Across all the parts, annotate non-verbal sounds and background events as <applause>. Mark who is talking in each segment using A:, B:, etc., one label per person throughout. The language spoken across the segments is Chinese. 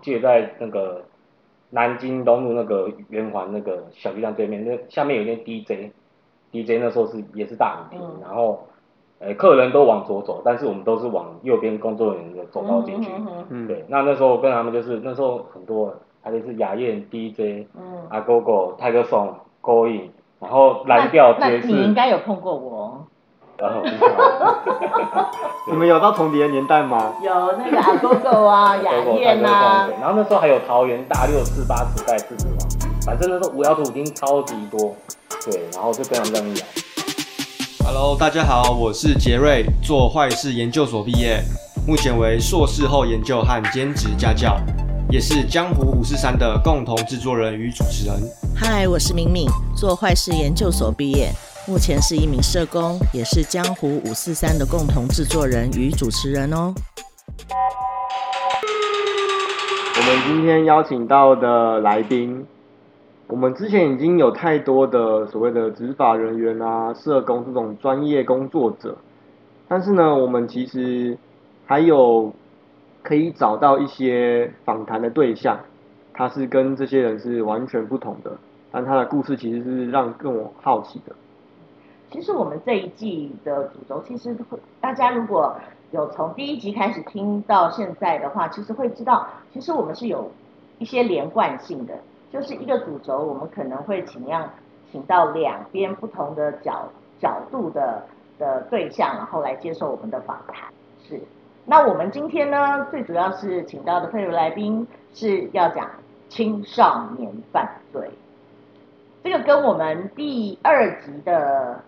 A: 记得在那个南京东路那个圆环那个小巨蛋对面，那下面有一间 DJ，DJ 那时候是也是大名
B: 嗯
A: 店，然后呃客人都往左走，但是我们都是往右边工作人员的走道进去。
B: 嗯嗯
C: 嗯，
A: 对，那那时候我跟他们就是那时候很多，还有是雅燕 DJ、
B: 嗯，
A: 阿狗狗、泰戈颂、勾引，然后啊蓝调
B: 那
A: 爵
B: 那你应
A: 士，
B: 该有碰过我，
A: 然后
C: 你们有到重叠的年代吗？
B: 有那个阿狗
A: <laughs>
B: 狗啊、雅
A: 狗狗泰
B: 燕
A: 戈
B: 啊
A: 颂，对，然后那时候还有桃园大六四八时代四十嘛，反正那时候五幺图已经超级多，对，然后就跟他们这样一聊。
C: Hello，大家好，我是杰瑞，做坏事研究所毕业，目前为硕士后研究和兼职家教，也是江湖五四三的共同制作人与主持人。
D: 嗨，我是敏敏，做坏事研究所毕业，目前是一名社工，也是江湖五四三的共同制作人与主持人哦。
C: 我们今天邀请到的来宾，我们之前已经有太多的所谓的执法人员啊、社工这种专业工作者，但是呢，我们其实还有可以找到一些访谈的对象，他是跟这些人是完全不同的，但他的故事其实是让更我好奇的。
B: 其实我们这一季的主轴，其实会大家如果有从第一集开始听到现在的话，其实会知道，其实我们是有一些连贯性的，就是一个主轴，我们可能会请样请到两边不同的角角度的的对象，然后来接受我们的访谈。是，那我们今天呢，最主要是请到的特别来宾是要讲青少年犯罪。这个跟我们第二集的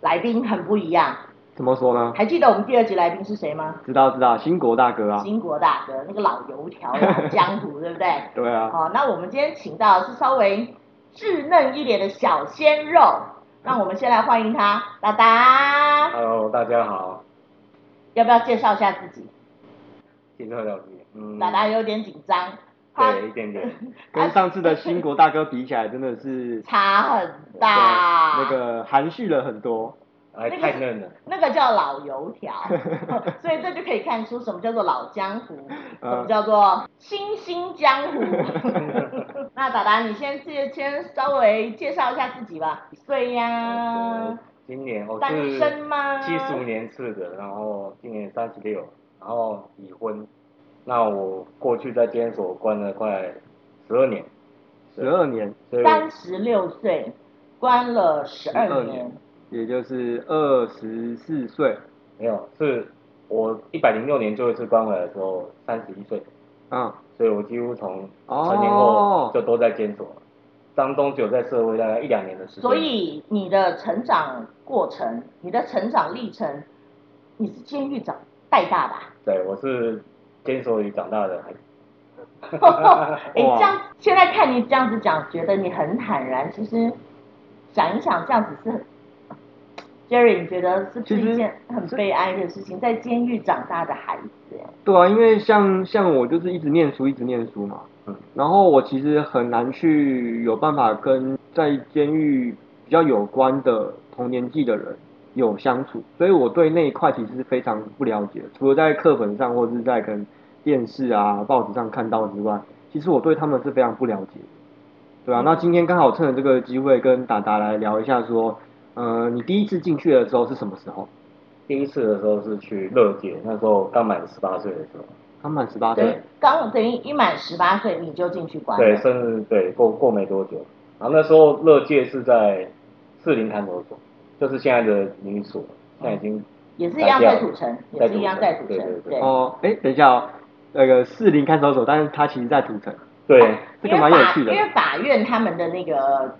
B: 来宾很不一样。
C: 怎么说呢？
B: 还记得我们第二集来宾是谁吗？
C: 知道知道，新国大哥啊，
B: 金国大哥，那个老油条、老江湖，对不 <laughs> 对？
C: 对啊，
B: 好，那我们今天请到的是稍微稚嫩一点的小鲜肉，那我们先来欢迎他，达达，
A: Hello，大家好，
B: 要不要介绍一下自己？
A: 介绍了解，嗯，
B: 达达有点紧张，他
A: 对，一点点， <laughs>
C: 跟上次的新国大哥比起来，真的是
B: 差很
C: 对
B: 大。
C: 那个含蓄了很多。
A: 哎，
B: 那个
A: 太嫩了，
B: 那个叫老油
A: <laughs>
B: 条，所以这就可以看出什么叫做老江湖，什
C: 嗯
B: 么叫做新兴江
A: <laughs>
B: 湖。那达达，你先自己先稍微介绍一下自己吧，几岁呀
A: 呃？今年我
B: 嗯单
A: 是
B: 身吗？
A: 七十五年次的，然后今年三十六，然后已婚。那我过去在监所关了快十二年，
C: 十二年，
A: 所以
B: 三十六岁，关了十二
C: 12
B: 年
C: 年。也就是二十四岁。
A: 没有是我一百零六年最后一次关回来的时候三十一岁，
C: 嗯，
A: 所以我几乎从
C: 哦
A: 成年后就都在监所了。当中只有在社会大概一两年的时间，
B: 所以你的成长过程，你的成长历程，你是监狱长带大的啊、
A: 对我是监所里长大的孩子。
B: <laughs> 哎，
C: 哇
B: 这样现在看你这样子讲，觉得你很坦然。其实想一想，这样子是很，Jerry，你觉得是不是
C: 其实
B: 一件很悲哀的事情？在监狱长大的孩子，
C: 对啊，因为像像我就是一直念书，一直念书嘛。
A: 嗯。
C: 然后我其实很难去有办法跟在监狱比较有关的同年纪的人有相处，所以我对那一块其实是非常不了解，除了在课本上或是在可能电视啊、报纸上看到之外，其实我对他们是非常不了解的。对啊，那今天刚好趁着这个机会跟达达来聊一下，说，呃，你第一次进去的时候是什么时候？
A: 第一次的时候是去乐界，那时候刚满十八岁的时候，
C: 刚满十八
B: 等
C: 岁
B: 于。刚等于一满十八岁你就进去关
A: 对，
B: 了。
A: 生日对过过没多久，然后那时候乐界是在士林看守所，就是现在的女
B: 哦
A: 所，现在已经
B: 也是一样在土城，
A: 在
B: 也是一样在土
A: 土城
B: 城，
A: 对对对
C: 哦，哎，等一下哦，那个士林看守所，但是它其实在土城，
A: 对
C: 这
B: 因
C: 个
B: 为
C: 蛮有
B: 法
C: 趣的
B: 因。为法院他们的那个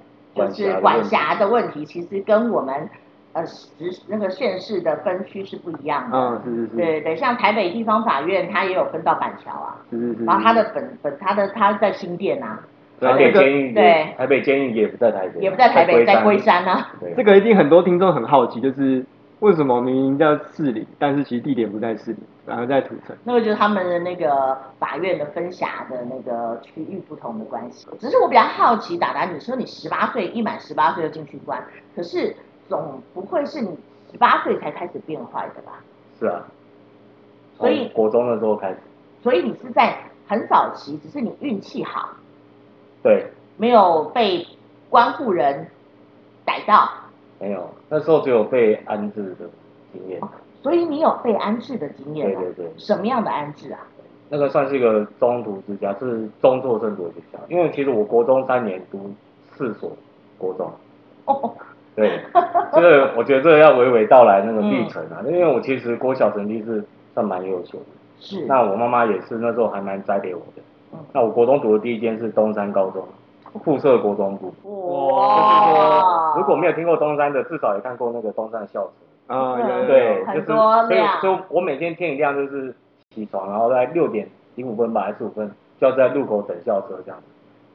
B: 就
A: 管辖的问题
B: 是管辖的问题，其实跟我们呃实那个县市的分区是不一样的。
C: 嗯，是是是，
B: 对对，像台北地方法院，它也有分到板桥啊，
C: 是是是。
B: 然后它的本本它的它在新店啊，
C: 对啊
A: 台北
C: 这个
A: 监狱也
B: 对
A: 台北监狱也不在台北，
B: 也不在台北，嗯在龟
A: 龟山，
B: 山啊。
A: 对
C: 这个一定很多听众很好奇，就是为什么明明叫士林，但是其实地点不在士林，然后在土城。
B: 那个就是他们的那个法院的分辖的那个区域不同的关系。只是我比较好奇，达达，你说你十八岁一满十八岁就进去关，可是总不会是你十八岁才开始变坏的吧？
A: 是啊，
B: 所以
A: 从国中的时候开始，
B: 所以你是在很早期，只是你运气好，
A: 对，
B: 没有被关护人逮到，
A: 没有，那时候只有被安置的经验，
B: 所以你有被安置的经验
A: 对
B: 吗？
A: 对对。
B: 什么样的安置啊？
A: 那个算是一个中途之家，是中作生活学校。因为其实我国中三年读四所国中，
B: 哦，
A: 对，这个我觉得这个要娓娓道来那个历程啊，因为我其实国小成绩是算蛮优秀的，
B: <laughs> 是，
A: 那我妈妈也是那时候还蛮栽培我的
B: 嗯。
A: 那我国中读的第一间是东山高中，附设国中部。
B: 哇，
A: 如果没有听过东山的，至少也看过那个东山校车《东
C: 啊，有
A: 山
C: 有
A: 校对，
B: 很
A: 就是
B: 多
A: 所以
B: 辆
A: 所以我每天天一亮就是起床，然后在六点零五分吧，还是五分，就要在路口等校车这样子，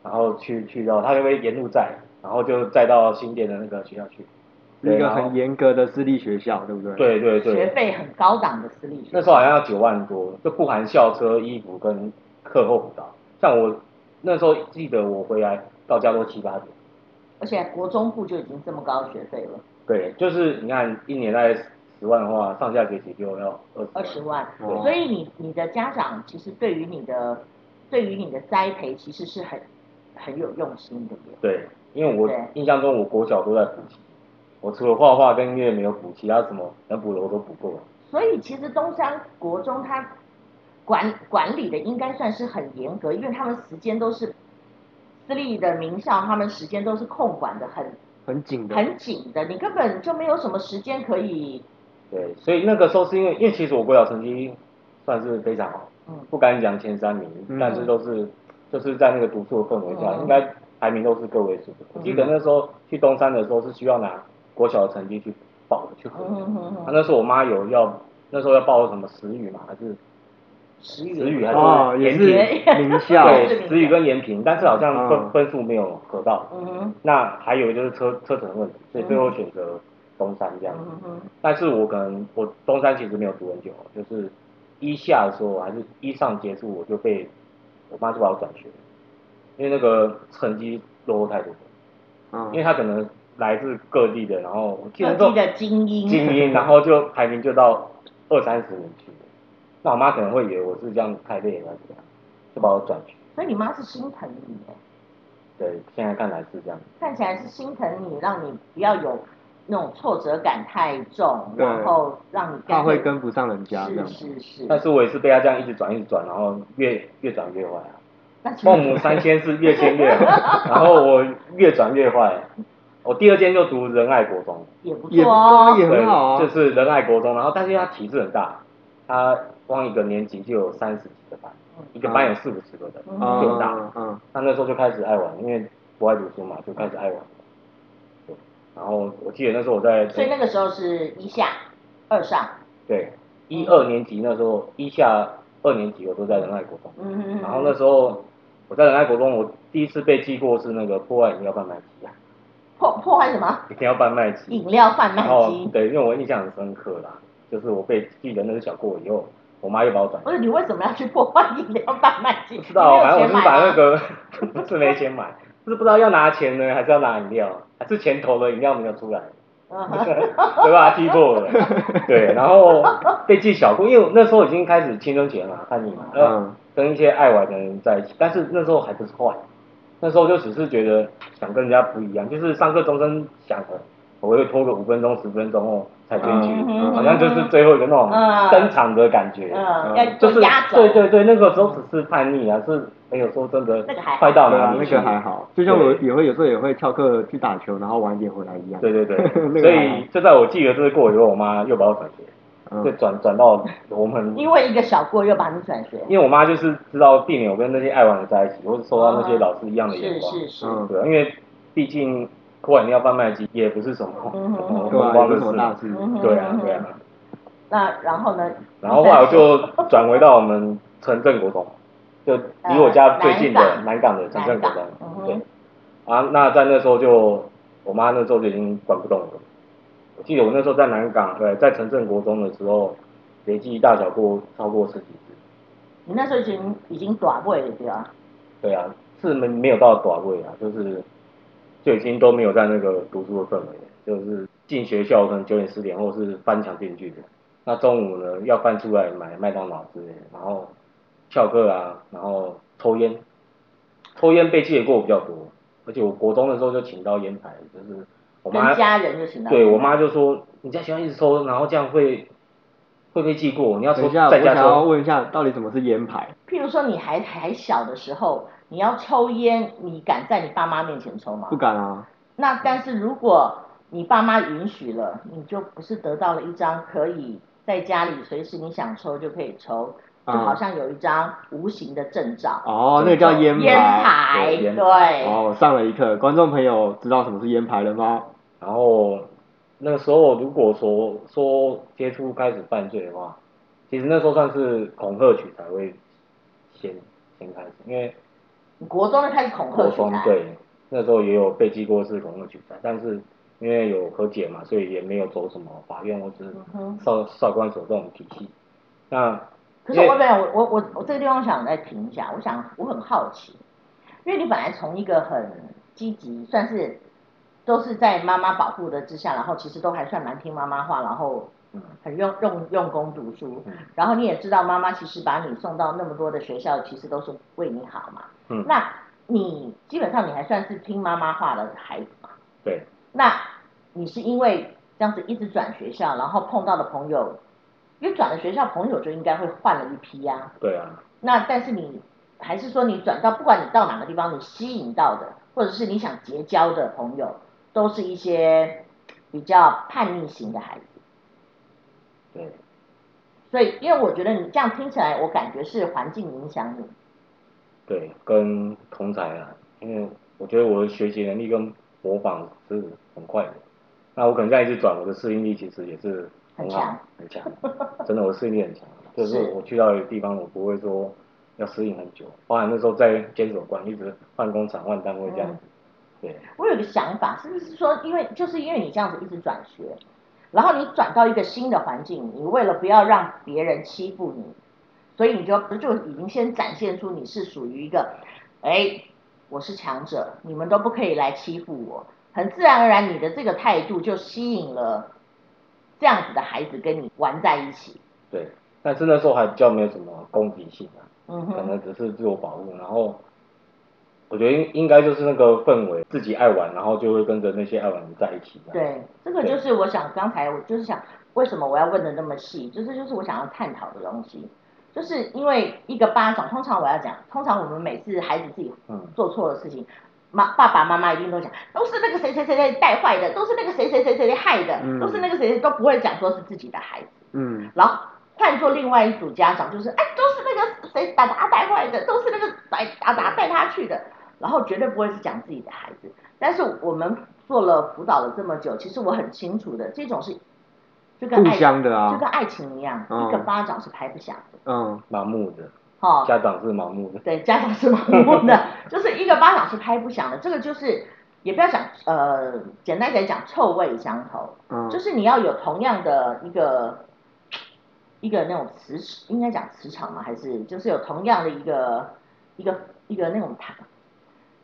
A: 然后去去到他就会沿路载，然后就载到新店的那个学校去。
C: 有一
A: 对
C: 个
A: 然后
C: 很严格的私立学校，对不对？，
A: 对对
B: 学
A: 对，
B: 费很高档的私立学
A: 那时候好像要九万多，就不含校车、衣服跟课后辅导。像我那时候记得我回来到家都七八点。
B: 而且国中部就已经这么高的学费了，
A: 对，就是你看一年大概十万的话，上下学期就要二十
B: 二十万，
C: 哦
B: 所以你你的家长其实对于你的对于你的栽培其实是很很有用心的，
A: 对，因为我
B: 对
A: 印象中我国小都在补习，我除了画画跟音乐没有补，其他什么能补的我都补过。
B: 所以其实东山国中它管管理的应该算是很严格，因为他们时间都是私立的名校，他们时间都是控管的很
C: 很紧的。
B: 很紧的，你根本就没有什么时间可以，
A: 对，所以那个时候是因为，因为其实我国小成绩算是非常好，
B: 嗯，
A: 不敢讲前三名，
C: 嗯
A: 但是都是就是在那个读书的氛围下，
B: 嗯
A: 应该排名都是个位数的。我记得那时候去东山的时候是需要拿国小的成绩去报的去
B: 嗯
A: 衡量。
B: 嗯嗯
A: 啊
B: 嗯，
A: 那时候我妈有要，那时候要报什么时语嘛，还是
B: 时
A: 时
B: 语啊
A: 语还
C: 哦，
A: 是
C: 也
A: 延
C: 是
A: 平？
C: 名校，
A: <laughs>
B: 是
A: 对，
B: 名
A: 时语跟延平，但是好像分
C: 嗯
A: 分数没有合到。
B: 嗯哼
A: 那还有就是车车程问题，所以最后选择东山这样
B: 嗯。哼哼，
A: 但是我可能我东山其实没有读很久，就是一下的时候还是一上结束我就被我妈就把我转学，因为那个成绩落后太多了，因为
C: 嗯，
A: 她可能来自各地的，然后我记得那
B: 各
A: 时候
B: 地的精英，
A: 精英，然后就排名就到二三十名去了。那我妈可能会以为我是这样太累了怎么样，就把我转学。
B: 所以你妈是心疼你耶，
A: 对，现在看来是这样。
B: 看起来是心疼你，让你不要有那种挫折感太重，
C: 对
B: 然后让你
C: 怕
B: 干脆
C: 会跟不上人家这样
B: 是。是
A: 但
B: 是，
A: 是我也是被他这样一直转，一直转，然后越越转越坏啊。
B: 但是
A: 孟母三迁是越迁越好，然后我越转越坏。我第二间就读仁爱国中，
B: 也不
C: 也
B: 错哦
C: 对啊，也很好
A: 对，就
C: 啊。
A: 是仁爱国中，然后但是它体制很大，它光一个年级就有三十几个班，一个班有四五十个人。
B: 嗯
A: 就大
C: 嗯嗯，
A: 他那时候就开始爱玩，因为不爱读书嘛，就开始爱玩。对，然后我记得那时候我在
B: 所以那个时候是一下二上，
A: 对一二年级那时候一下二年级我都在仁爱国中。
B: 嗯，
A: 然后那时候我在仁爱国中，我第一次被记过是那个破坏饮料贩卖机啊，
B: 破破坏什么
A: 饮料贩卖机。
B: 饮料贩
A: 然
B: 卖
A: 后
B: 机？
A: 对，因为我印象很深刻啦，就是我被记得那只小过以后，我妈又把我转。
B: 不是你为什么要去破坏饮料贩卖机？
A: 不知道，
B: 你没
A: 反
B: 有
A: 正我
B: 钱
A: 是把那
B: 买啊
A: 个 <laughs>
B: 吗？
A: 不是没钱买，是不知道要拿钱呢，还是要拿饮料，还是钱投了饮料没有出来， <laughs>
B: 嗯哼
A: 对吧？踢过了，对，然后被记小过，因为我那时候已经开始青春期了嘛，叛逆嘛，呃然后
C: 嗯，
A: 跟一些爱玩的人在一起，但是那时候还不是坏，那时候就只是觉得想跟人家不一样，就是上课钟声响了，我会拖个五分钟十分钟后才 <laughs> 进去，
B: 嗯
C: 嗯
A: 啊好像就是最后一个那
B: 嗯
A: 种登场的感觉，
B: 嗯，要
A: 就
B: 做
A: 是
B: 压轴，
A: 对对对，那个时候只是叛逆啊，是没有说真的
B: 那个还好
A: 坏到
C: 对
A: 哪
C: 啊，
A: 里
C: 那
A: 去
C: 个，还好。就像我
A: 对
C: 也会有时候也会翘课去打球，然后晚一点回来一样。
A: 对对对，
C: <laughs> 那个
A: 所
C: 还好
A: 以就在我记得这个过以后，我妈又把我转学，就
C: 嗯，
A: 转转到我们
B: 因为一个小过又把你转学，
A: 因为我妈就是知道避免我跟那些爱玩的在一起，或者受到那些老师一样的眼
B: 是
A: 光。
B: 是是，
C: 嗯
A: 对啊，因为毕竟破碗尿贩卖机也不是什么
B: 嗯
A: <laughs> 什么
C: 对
A: 风
C: 啊，
A: 光
C: 也不
A: 的
C: 是什么大
A: 事。
C: 事。
B: 嗯哼
A: 对啊，对。啊。
B: 那然后呢？
A: 然后后来我就转回到我们城镇国中，就离我家最近的
B: 呃
A: 南港的城镇国中
B: 南港嗯。哼
A: 对。啊，那在那时候就我妈那时候就已经管不动我了。我记得我那时候在南港，对，在城镇国中的时候，累计大小过超过十几只。
B: 你那时候已经已经短位了对吧？
A: 对啊，是没没有到短位啊，就是就已经都没有在那个读书的氛围了，就是进学校可能九点十点后是翻墙进去的，那中午呢要翻出来买麦当劳之类的，然后翘课啊，然后抽烟，抽烟被借过比较多，而且我国中的时候就请到烟台，就是我妈
B: 跟家人就行了。
A: 对我妈就说你在学校一直抽，然后这样会会被记过，你要
C: 等
A: 抽
C: 一下，我
A: 在家
C: 想要
A: 抽。
C: 问一下，到底什么是烟牌？
B: 譬如说你还还小的时候，你要抽烟，你敢在你爸妈面前抽吗
C: 不？敢啊，
B: 那但是如果你爸妈允许了，你就不是得到了一张可以在家里随时你想抽就可以抽，就
A: 啊
C: 嗯
B: 好像有一张无形的证照，
C: 哦，那个叫烟
B: 烟
C: 牌。
B: 牌，
A: 嗯对烟
B: 对，
C: 哦，上了一课，观众朋友知道什么是烟牌了吗？
A: 然后那个时候如果说说接触开始犯罪的话，其实那时候算是恐吓曲才会先先开始，因为
B: 你国中就开始恐吓
A: 国
B: 起
A: 中
B: 来，
A: 对那时候也有被记过是恐吓取材，但是因为有和解嘛，所以也没有走什么法院或者
B: 嗯哼
A: 是少少管所这种体系。那
B: 可是我没有，我我我我这个地方想再停一下，我想我很好奇，因为你本来从一个很积极，算是都是在妈妈保护的之下，然后其实都还算蛮听妈妈话，然后
A: 嗯
B: 很用用用功读书
A: 嗯，
B: 然后你也知道妈妈其实把你送到那么多的学校，其实都是为你好嘛。
A: 嗯
B: 那你基本上你还算是听妈妈话的孩子嘛？
A: 对，
B: 那你是因为这样子一直转学校，然后碰到的朋友，因为转了学校，朋友就应该会换了一批呀、
A: 对啊，
B: 那但是你还是说你转到，不管你到哪个地方，你吸引到的，或者是你想结交的朋友，都是一些比较叛逆型的孩子。
A: 对，
B: 所以，因为我觉得你这样听起来，我感觉是环境影响你。
A: 对，跟同才啊，因为我觉得我的学习能力跟模仿是很快的。那我可能这样一直转，我的适应力其实也是很好，很强， <laughs> 真的我适应力很强。就是
B: 是
A: 我去到一个地方，我不会说要适应很久。包含那时候在监守关，一直换工厂、换单位这样子。对，
B: 我有个想法，是不是说，因为就是因为你这样子一直转学，然后你转到一个新的环境，你为了不要让别人欺负你，所以你就不就已经先展现出你是属于一个，哎，我是强者，你们都不可以来欺负我，很自然而然你的这个态度就吸引了这样子的孩子跟你玩在一起，
A: 对，但是那时候还比较没有什么攻击性啊，
B: 嗯
A: 可
B: 哼，
A: 能只是自我保护。然后我觉得应应该就是那个氛围，自己爱玩，然后就会跟着那些爱玩的在一起。，
B: 对，这个就是我想刚才我就是想为什么我要问的那么细，就是就是我想要探讨的东西，就是因为一个巴掌，通常我要讲，通常我们每次孩子自己
A: 嗯
B: 做错的事情，妈爸爸妈妈一定都讲，都是那个谁谁谁谁带坏的，都是那个谁谁谁谁谁害的，
C: 嗯
B: 都是那个谁谁都不会讲说是自己的孩子，
C: 嗯，
B: 然后换做另外一组家长就是，哎，都是那个谁打打带坏的，都是那个打打打带他去的，然后绝对不会是讲自己的孩子。但是我们做了辅导了这么久，其实我很清楚的，这种是就跟
C: 互
B: 爱、
C: 相的
B: 就
C: 啊
B: 跟，爱情一样，
C: 嗯
B: 一个巴掌是拍不响的，
C: 嗯，
A: 盲目的，
B: 哦，
A: 家长是盲目的。
B: 对，家长是盲目的，就是一个巴掌是拍不响的。这个就是也不要讲，呃，简单点讲，臭味相投，
C: 嗯
B: 就是你要有同样的一个一个那种磁，应该讲磁场嘛，还是就是有同样的一个一个一个那种态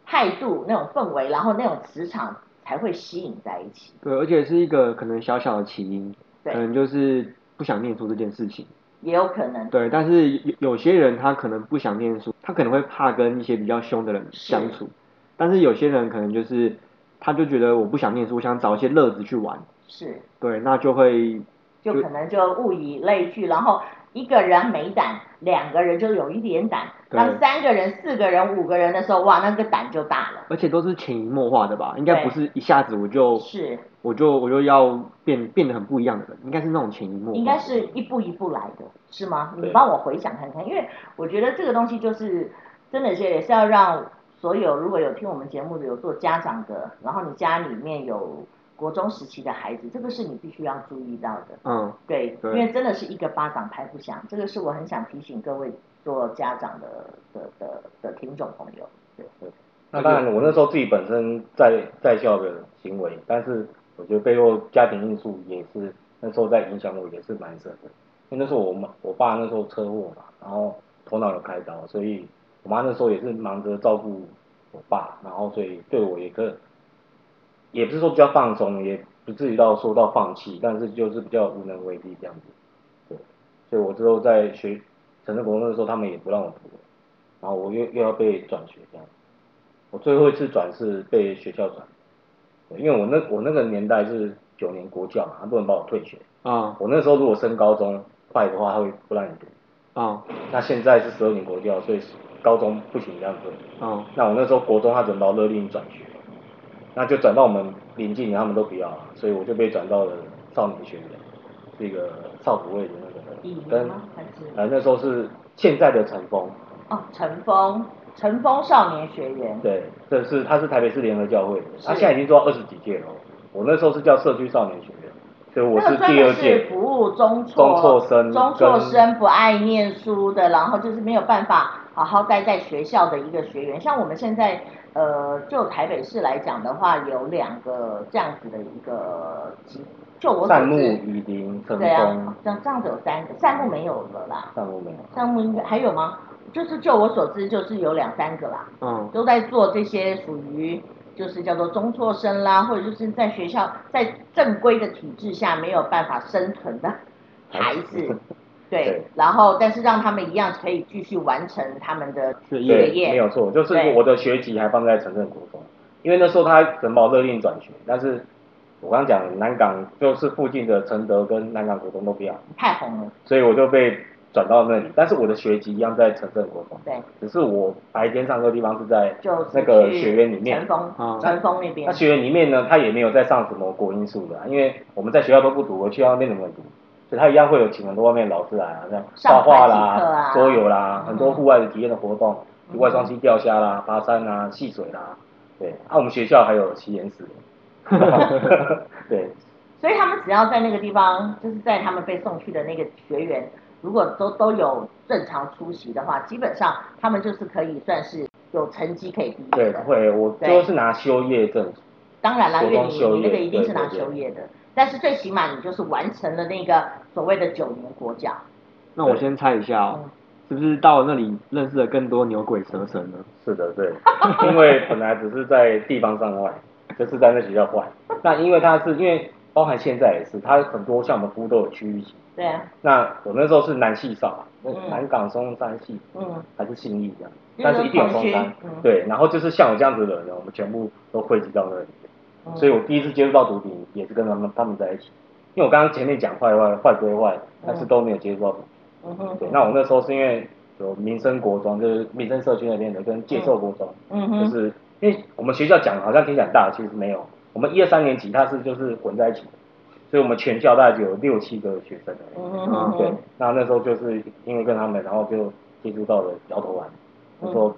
B: 态度、那种氛围，然后那种磁场才会吸引在一起。
C: 对，而且是一个可能小小的起因，
B: 对
C: 可能就是不想念书这件事情。
B: 也有可能
C: 对，但是有有些人他可能不想念书，他可能会怕跟一些比较凶的人
B: 是
C: 相处，但是有些人可能就是他就觉得我不想念书，我想找一些乐子去玩，
B: 是
C: 对，那就会
B: 就
C: 就
B: 可能就物以类聚，然后一个人没胆，两个人就有一点胆，
C: 对
B: 当三个人、四个人、五个人的时候，哇，那个胆就大了。
C: 而且都是潜移默化的吧，应
B: 对，
C: 该不是一下子我就是我就我就要变变得很不一样的人，应该是那种潜移默化，
B: 应该是一步一步来的，是吗？你
A: 对
B: 帮我回想看看，因为我觉得这个东西就是真的是也是要让所有如果有听我们节目的有做家长的，然后你家里面有国中时期的孩子，这个是你必须要注意到的。
C: 嗯，
B: 对，
C: 对
B: 因为真的是一个巴掌拍不响，这个是我很想提醒各位做家长的的的的听众朋友。对，
A: 那当然，我那时候自己本身在在校的行为，但是我觉得背后家庭因素也是那时候在影响我，也是蛮深的。因为那时候我妈我爸那时候车祸嘛，然后头脑有开刀，所以我妈那时候也是忙着照顾我爸，然后所以对我也可也不是说比较放松，也不至于到说到放弃，但是就是比较无能为力这样子。对，所以我之后在学城市国中的时候，他们也不让我读，然后我又又要被转学这样。我最后一次转是被学校转，对因为我那我那个年代是九年国教嘛，他不能把我退学。
C: 啊
A: 我那时候如果升高中快的话，他会不让你读。
C: 啊
A: 那现在是十二年国教，所以高中不行这样子。
C: 啊
A: 那我那时候国中他只能把我勒令转学，那就转到我们邻近，他们都不要了，所以我就被转到了少年学院，是一个少府卫的那
B: 乙
A: 个，
B: 名
A: 跟
B: 吗？还是
A: 呃那时候是现在的成峰，
B: 哦，陈峰，陈峰少年学员。
A: 对，这是他是台北市联合教会的，
B: 是
A: 他现在已经做到二十几届了哦，我那时候是叫社区少年学院，所以我
B: 那
A: 是
B: 个专
A: 第
B: 门
A: 二
B: 是
A: 届，
B: 服务中辍
A: 中辍生
B: 中辍
A: 跟
B: 生不爱念书的，然后就是没有办法好好待在学校的一个学员。像我们现在，呃，就台北市来讲的话，有两个这样子的一个机，就我
A: 善木、
B: 所知，
A: 夷陵、成
B: 对啊
A: 峰，，
B: 这样这样子有三个，善木没有了啦，
A: 善木没有，
B: 善木应该还有吗？就是就我所知，就是有两三个啦。
C: 啊
B: 都在做这些属于就是叫做中辍生啦，或者就是在学校在正规的体制下没有办法生存的孩
A: 孩
B: 子
A: 子， <laughs>
B: 对，
A: 对
B: 然后但是让他们一样可以继续完成他们的
C: 学业
B: 学
A: 对，
B: 业，
A: 没有错，就是
B: 对
A: 我的学籍还放在城镇国中，因为那时候他承包勒令转学，但是我刚讲南港就是附近的承德跟南港国中都不要，
B: 太红了，
A: 所以我就被转到那里，但是我的学籍一样在城镇国中，
B: 对，
A: 只是我白天上课的地方是在
B: 就是
A: 那个
B: 去
A: 学院里面
B: 成峰
C: 啊
B: 成峰那边
A: 那，学员里面呢，他也没有在上什么国音数的啊、因为我们在学校都不读，我去到那边怎么读？所以他一样会有请很多外面的老师来啊，这样
B: 上
A: 画画
B: 团体课啊
A: 啦、桌游啦，很多户外的体验的活动，
B: 嗯
A: 去外双溪钓虾啦、爬山啊、戏水啦，对。啊，我们学校还有实验室， <laughs>
B: <laughs>
A: 对，
B: 所以他们只要在那个地方，就是在他们被送去的那个学员，如果都都有正常出席的话，基本上他们就是可以算是有成绩可以毕
A: 对，
B: 业的。
A: 会，我就是拿修业证，
B: 当然啦，
A: 国
B: 因为
A: 光
B: 你
A: 修
B: 你那
A: 业
B: 个一定是拿
A: 对对对
B: 修业的，但是最起码你就是完成了那个所谓的九年国教。
C: 那我先猜一下
B: 嗯
A: 啊
C: 哦，是不是到了那里认识了更多牛鬼蛇神呢？
A: 是的，对，因为本来只是在地方上坏，就是在那学校坏。那因为他是因为包含现在也是，他很多像我们服务都有区域性。
B: 对啊，
A: 那我那时候是南戏少，那
B: 嗯
A: 南港松山系
B: 嗯，
A: 还是信义这样，
B: 就是
A: 但是一定有松山
B: 同区嗯，
A: 对。然后就是像我这样子的人，我们全部都汇集到那里。
B: 嗯
A: 所以我第一次接触到毒品也是跟他们他们在一起，因为我刚刚前面讲坏坏坏归坏，但是都没有接触到毒品。
B: 嗯哼，
A: 对，那我那时候是因为有民生国中，就是民生社区那边的，跟介寿国中，
B: 嗯
A: 就
B: 哼，
A: 是因为我们学校讲好像挺讲大，其实没有。我们一二三年级它是就是混在一起的，所以我们全校大概就有六七个学生而已。
B: 嗯哼嗯
A: 啊对
B: 哼，，
A: 那那时候就是因为跟他们，然后就接触到了摇头丸，那时候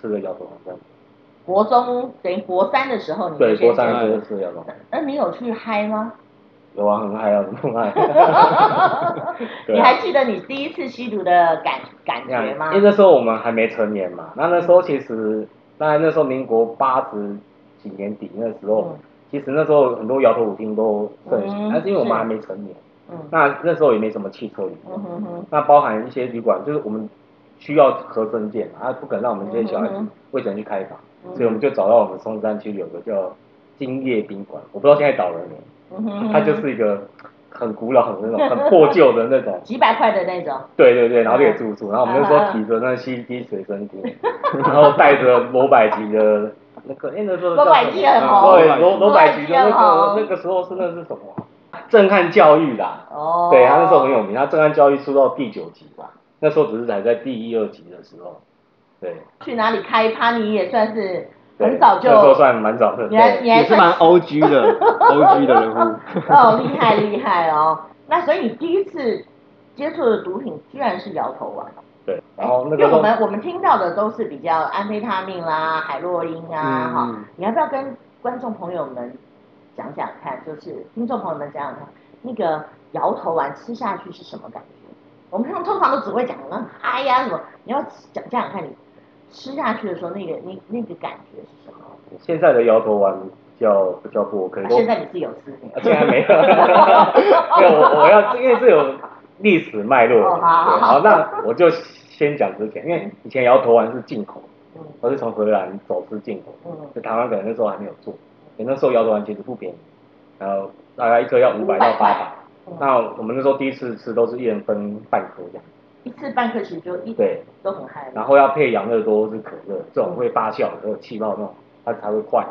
A: 吃了摇头丸这样子。
B: 国中等于国三的时候你就
A: 对，
B: 先
A: 国三的
B: 接触
A: 时候吃了摇头丸，
B: 那你有去嗨吗？
A: 有啊，很嗨啊，很
B: <laughs>
A: 爱。对
B: 你还记得你第一次吸毒的感感觉吗嗯
A: 因为？那时候我们还没成年嘛，那那时候其实，当然那时候民国八十几年底那时候，
B: 嗯
A: 其实那时候很多摇头舞厅都盛行，
B: 嗯
A: 但是因为我们
B: 是
A: 还没成年，
B: 嗯
A: 那那时候也没什么汽车旅游
B: 嗯哼哼，
A: 那包含一些旅馆，就是我们需要合身件嘛，啊，不可能让我们这些小孩
B: 嗯
A: 子
B: 哼
A: 未成年去开房，
B: 嗯
A: 所以我们就找到我们松山区有个叫金叶宾馆，我不知道现在倒了没，
B: 嗯哼，，
A: 它就是一个很古老、很那种、很破旧的那种
B: 几百块的那种，
A: 对对对，然后就给住
B: 嗯
A: 宿，然后我们那时候提着那吸机随身听，
B: <laughs>
A: 然后带着罗百吉的那个，哎，那时候叫
B: 罗百吉很
A: 什么
B: 红
A: 对，罗罗百吉的那
B: 罗百吉很红
A: 个那个时候是那是什么啊？震撼教育啦，
B: 哦，
A: 对他那时候很有名，他正安教育出到第九集吧，那时候只是才在第一、二集的时候，对，
B: 去哪里开趴，你也算是
A: 对
B: 很早就
A: 那时候算蛮早的，
B: 你还
A: 对
B: 你还
C: 也是
B: 算
C: 蛮 O G 的 O G 的人物。 <laughs>
A: <laughs>
B: 哦，厉害厉害哦！那所以你第一次接触的毒品居然是摇头丸，哦哎
A: 对，然后哦那
B: 因为
A: 个时
B: 我
A: 候
B: 们我们听到的都是比较安非他命啦、海洛因啊，
C: 嗯
B: 哈、你要不要跟观众朋友们讲讲看，就是听众朋友们讲讲看，那个摇头丸吃下去是什么感觉？我们通通常都只会讲那很嗨呀、什么，你要讲讲讲看你吃下去的时候那个那那个感觉是什么？
A: 现在的摇头丸比较比较不 OK，
B: 啊
A: 都
B: 现在你是有吃没有
A: 啊？现在没有， <laughs> 没有我我要因为这有历史脉络，
B: 哦好
A: 对
B: 好
A: 好，那我就先讲之前，因为以前摇头丸是进口，
B: 嗯
A: 我是从荷兰走私进口，
B: 嗯，
A: 就台湾可能那时候还没有做，欸那时候摇头丸其实不便宜，然后大概一颗要五百到八
B: 500
A: 百
B: 块嗯。
A: 那我们那时候第一次吃都是一人分半颗这样，
B: 一次半个其实就一
A: 对，
B: 都很嗨。
A: 然后要配养乐多或是可乐，这种会发酵的、有气泡那种，它才会快。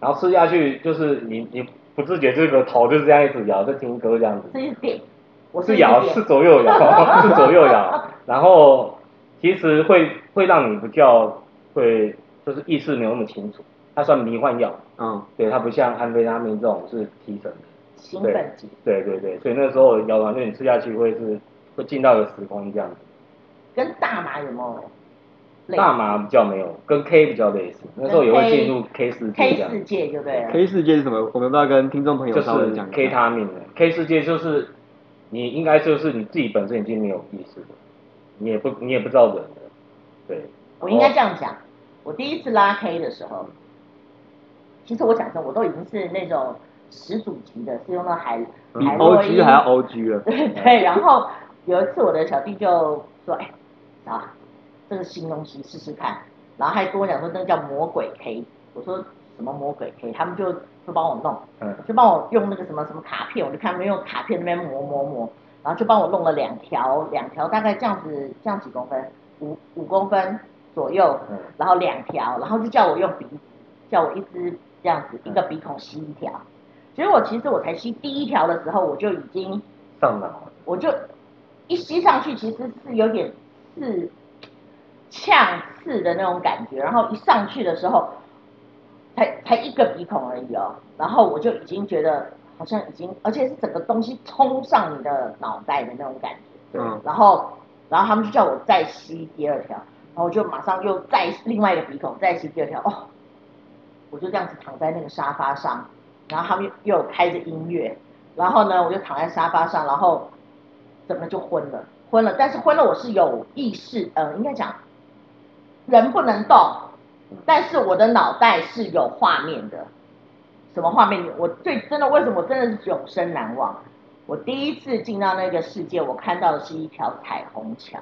A: 然后吃下去就是你你不自觉这个头就是这样一直摇，就听歌这样子。
B: 这是点，我
A: 是
B: 一个
A: 摇，
B: 点
A: 是左右摇， <laughs> 是左右摇。然后其实会会让你比较会就是意识没有那么清楚，它算迷幻药，
C: 嗯，
A: 对，它不像安非他命这种是提神的，
B: 兴奋剂，
A: 对对对，所以那时候摇完就你吃下去会是会进到一个时空这样子。
B: 跟大麻有没有类似？
A: 大麻比较没有，跟 K 比较类似，那时候也会进入 K 世界啊
B: K
A: 这样
B: 世，界就对了。
C: K 世界是什么？我们要不要跟听众朋友
A: 就
C: 稍微
A: 是
C: 讲一下
A: K 他命了。K 世界就是你应该就是你自己本身已经没有意识了，你也不你也不知道人了，对。
B: 我应该这样讲，我第一次拉 K 的时候，其实我讲真，我都已经是那种始祖级的，是用那海
A: 嗯
C: 比
B: 海洛
C: 嗯 O
B: 因
C: G 还要 O G 了，
B: 对对，然后有一次我的小弟就说：“哎、啊，这个新东西试试看。”然后还跟我讲说那个叫魔鬼 K，我说什么魔鬼 K，他们就就帮我弄，
A: 嗯
B: 就帮我用那个什么什么卡片，我就看他们用卡片那边磨磨磨，然后就帮我弄了两条，两条大概这样子，这样几公分，五五公分左右，
A: 嗯
B: 然后两条，然后就叫我用鼻子，叫我一支这样子，一个鼻孔吸一条。结果其实我才吸第一条的时候，我就已经
A: 上脑，
B: 我就一吸上去，其实是有点刺呛刺的那种感觉，然后一上去的时候，才才一个鼻孔而已哦，然后我就已经觉得好像已经，而且是整个东西冲上你的脑袋的那种感觉，
C: 嗯，
B: 然后然后他们就叫我再吸第二条，然后我就马上又再另外一个鼻孔再吸第二条，哦，我就这样子躺在那个沙发上，然后他们又又开着音乐，然后呢，我就躺在沙发上，然后怎么就昏了，昏了，但是昏了我是有意识，呃，应该讲人不能动，但是我的脑袋是有画面的，什么画面？我最真的为什么我真的是永生难忘？我第一次进到那个世界，我看到的是一条彩虹桥，